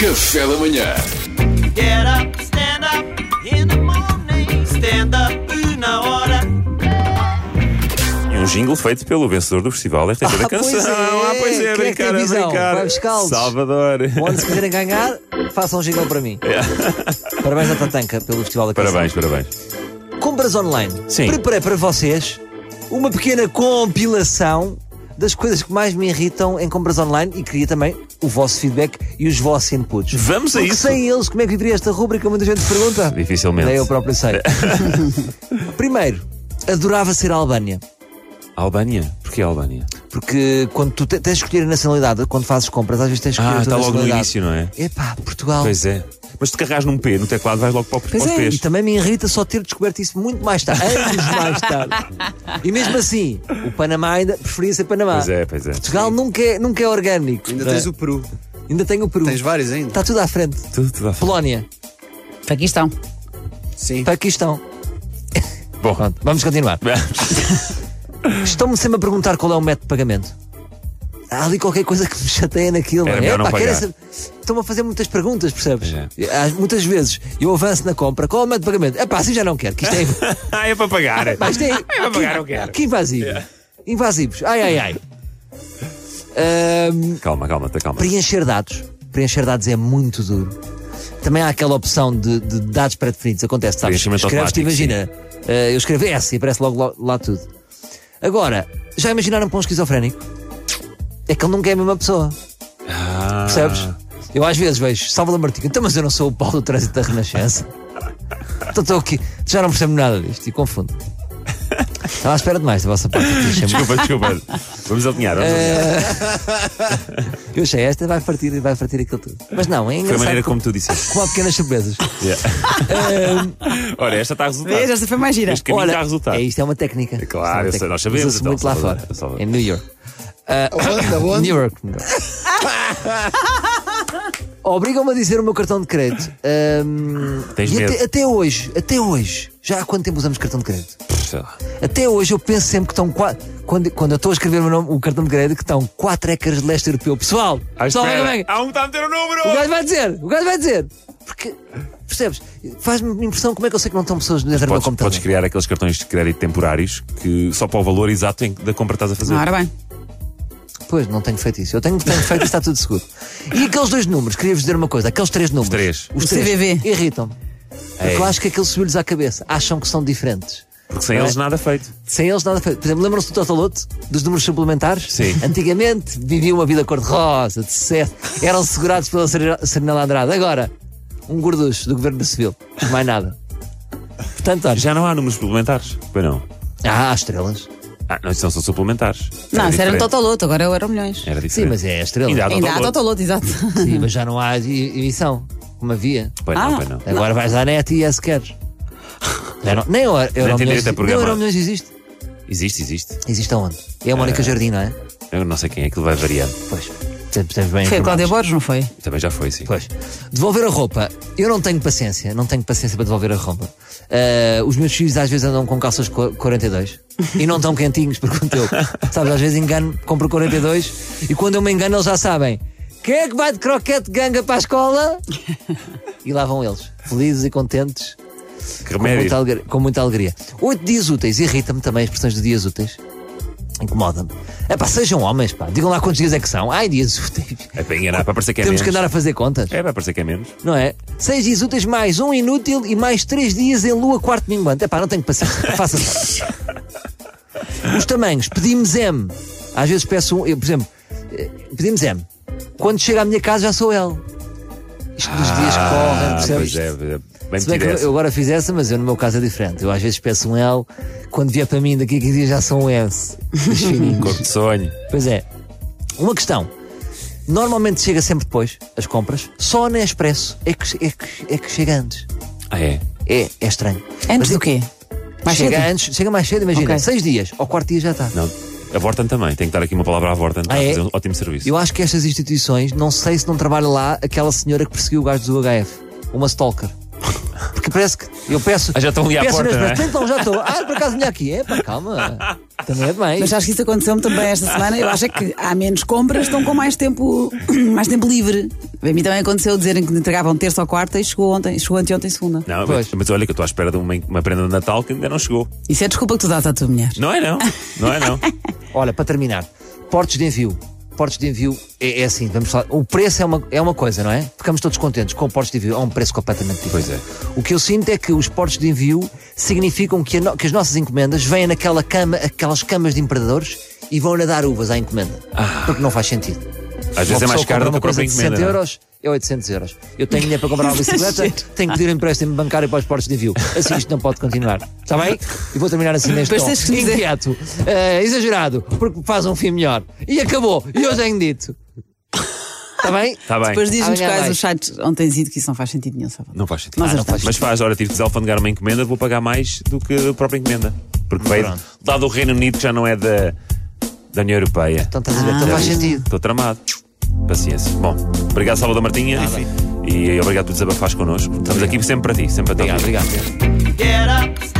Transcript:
Café da manhã. Get up, stand up in the morning. Stand up na hora. E um jingle feito pelo vencedor do festival RTP da Ah, pois Canção. é. Ah, pois é, Quem é que tem brincar, a visão? brincar. Vai buscá-los. Salvador. Onde se quiserem ganhar, façam um jingle para mim. Parabéns à Tatanca pelo Festival da Canção. Parabéns, É. parabéns. Compras online. Sim. Preparei para vocês uma pequena compilação das coisas que mais me irritam em compras online e queria também o vosso feedback e os vossos inputs. Vamos a Porque isso. sem eles, como é que viveria esta rúbrica? Muita gente pergunta. Dificilmente. Nem eu próprio sei. Primeiro, adorava ser a Albânia. Albânia? Porquê Albânia? Porque quando tu te- tens de escolher a nacionalidade, quando fazes compras, às vezes tens de escolher Ah, a tua está logo no nacionalidade. início, não é? Epá, Portugal. Pois é. Mas se te carregas num P no teclado, vais logo para o para Pois os é, e P's. também me irrita só ter descoberto isso muito mais tarde, anos mais tarde. E mesmo assim, o Panamá ainda preferia ser Panamá. Pois é, pois é. Portugal nunca é, nunca é orgânico. Ainda não é? tens o Peru. ainda tem o Peru. Tens vários ainda. Está tudo à frente. Tudo, tudo à frente. Polónia, Paquistão. Sim. Paquistão. Bom. Pronto, vamos continuar. Estão-me sempre a perguntar qual é o método de pagamento. Há ali qualquer coisa que me chateia naquilo. Era não é? melhor não Epá, quero pagar. saber- Estão-me a fazer muitas perguntas, percebes? Pois é. Há- Muitas vezes eu avanço na compra, qual é o método de pagamento? É pá, assim já não quero, que isto é. ah, é para pagar. Pá, isto é. para pagar, que- eu quero. Que invasivo. Invasivos. Ai, ai, ai. Ahm, Calma, calma, tá calma. preencher dados. Preencher dados é muito duro. Também há aquela opção de, de dados pré-definidos. Acontece, sabes? Preenchimento Escreves-te, automático, imagina. ah, eu escrevo S e aparece logo lá, lá tudo. Agora, já imaginaram para um esquizofrénico? É que ele nunca é a mesma pessoa. Ah, Percebes? Eu às vezes vejo Salvador Martinho, então mas eu não sou o Paulo do Trânsito da Renascença. Então estou aqui, já não percebo nada disto e confundo. Estava à espera demais da vossa parte. deixa-me- Desculpa, desculpa. Vamos alinhar, Eh, vamos alinhar. Eu achei esta, vai partir, vai partir aquilo tudo. Mas não, Foi a é maneira engraçado. como tu disseste. Como há pequenas surpresas. Olha, esta está a resultar. Vês, esta foi mais gira. Este caminho Olha, está a resultar. é isto é uma técnica. É claro, Isto uma eu sei, técnica. nós sabemos, Usa-se então, muito lá Salvador, fora. Salvador. Em New York. Ah, Onde? Onde? New York. não. Obrigam-me a dizer o meu cartão de crédito. Ahm, Tens e medo? até, até hoje, até hoje, já há quanto tempo usamos cartão de crédito? Sei lá. Até hoje eu penso sempre que estão quatro. Quando, quando eu estou a escrever o, meu nome, o cartão de crédito, que estão quatro écaras de leste europeu. Pessoal, À pessoal, espera. venga, venga. Há um que está a meter o número! O gajo vai dizer, o gajo vai dizer. Porque, percebes? Faz-me uma impressão como é que eu sei que não estão pessoas dentro do meu Podes, computador. podes criar aqueles cartões de crédito temporários que só para o valor exato em- da compra que estás a fazer. Ora bem. Pois, não tenho feito isso. Eu tenho, tenho feito isso, está tudo seguro. E aqueles dois números, queria-vos dizer uma coisa: aqueles três números. três. É Os O três. CVV. Irritam-me. Porque Ei. eu acho que aqueles subiu-lhes à cabeça. Acham que são diferentes. Porque sem Não é? eles nada feito. Sem eles nada feito. Por exemplo, lembram-se do Totaloto? Dos números suplementares? Sim. Antigamente viviam uma vida cor-de-rosa, de sucesso. Eram segurados pela Serena Serena Ladrada. Agora, um gorducho do governo civil. Mais nada. Portanto, olha, Já não há números suplementares. Pois não. Ah, há estrelas. Ah, não, são, são suplementares. Não, isso era um É diferente. Totoloto, agora eu era milhões. Era Sim, diferente. mas é estrela. Ainda há Ainda há Totoloto. Totoloto, exato. Sim, mas já não há e- emissão, como havia. Pois não, Ah. pois não. Agora vais à net e é sequer. Já não- Nem o Euro tem Milhões direito a Nem o programa. Euro Milhões existe. Existe, existe. Existe aonde? É a Mónica Jardim, não é? Eu não sei quem é que vai variando. Pois. Sempre, sempre bem Foi o informados. Cláudia Borges, não foi? Também já foi, sim. Pois. Devolver a roupa. Eu não tenho paciência. Não tenho paciência para devolver a roupa. Ah, os meus filhos às vezes andam com calças co- 42 e não tão quentinhos, pergunto eu. Sabes, às vezes engano, compro 42 e quando eu me engano eles já sabem. Quem é que vai de croquete de ganga para a escola? E lá vão eles, felizes e contentes, Que com muita, remédio. alegria, com muita alegria. Oito dias úteis, irrita-me também as expressões de dias úteis. Incomoda-me. É pá, sejam homens, pá. Digam lá quantos dias é que são. Ai, dias úteis. É para enganar, para parecer que é Temos que menos. andar a fazer contas É para parecer que é menos. não é? Seis dias úteis mais um inútil e mais três dias em lua quarto minguante. Epá, não tenho paciência. Faça só. Os tamanhos, pedimos M. Às vezes peço um, eu, por exemplo, eh, pedimos M. Quando chega à minha casa já sou L. Isto dos dias correm, Ah, percebes? pois é, é, bem Se bem que metida essa. eu agora fiz essa, mas eu no meu caso é diferente. Eu às vezes peço um L, quando vier para mim daqui a 15 dias já sou um S. Dos fininhos. um Corpo de sonho. Pois é. Uma questão. Normalmente chega sempre depois, as compras. Só na Expresso é que, é que, é que chega antes. Ah, é? É, é estranho. Antes do quê? Mais chega cedo? antes, chega mais cedo, imagina. Ok. Seis dias, ao quarto dia já está. Não. A Vorten também. Tem que dar aqui uma palavra à Vorten. Está Ah, a é? fazer um ótimo serviço. Eu acho que estas instituições, não sei se não trabalha lá aquela senhora que perseguiu o gajo do UHF. Uma stalker. Porque parece que. Eu peço. Ah, já estão ali à peço porta, na não é? Expresso, Então já estou. Ah, por acaso vinha aqui. É, pá, calma. Também é demais. Mas acho que isso aconteceu-me também esta semana. Eu acho é que há menos compras, estão com mais tempo, mais tempo livre. A mim também aconteceu dizerem que entregavam terça ou quarta e chegou ontem, chegou anteontem segunda. Não, Pois. mas, mas olha que eu estou à espera de uma, uma prenda de Natal que ainda não chegou. Isso é desculpa que tu dás à tua mulher. Não é não. Não é não. Olha, para terminar, portos de envio. Portos de envio é, é assim, vamos falar. O preço é uma, é uma coisa, não é? Ficamos todos contentes com portos de envio. Há um preço completamente diferente. Pois é. O que eu sinto é que os portos de envio significam que, a no- que as nossas encomendas vêm naquela cama, aquelas camas de empreendedores e vão-lhe dar uvas à encomenda. Ah. Porque não faz sentido. Às vezes é Uma mais pessoa caro do compra que a uma coisa própria de 60 encomenda. não é? euros é 800 euros. Eu tenho dinheiro para comprar uma bicicleta, tenho que pedir um empréstimo bancário para os portos de envio. Assim isto não pode continuar. Está bem? E vou terminar assim neste Depois tom. tens que dizer. Inquieto, eh, exagerado, porque faz um fim melhor. E acabou. E eu tenho dito. Está bem? Está bem. Depois diz-nos Amanhã quais mais. os sites onde tens ido que isso não faz sentido nenhum, Salvador. Não faz sentido. Nós Ah, não ajudamos. Mas faz, ora, tive de alfandegar uma encomenda, vou pagar mais do que a própria encomenda. Porque veio Pronto. lá do Reino Unido, que já não é da, da União Europeia. Então estás a Ah. ver, então faz sentido. Estou tramado. Paciência. Bom, obrigado, Salvador Martinha. E obrigado por desabafares connosco. Estamos aqui sempre para ti, sempre para ti. Obrigado, obrigado. Get up,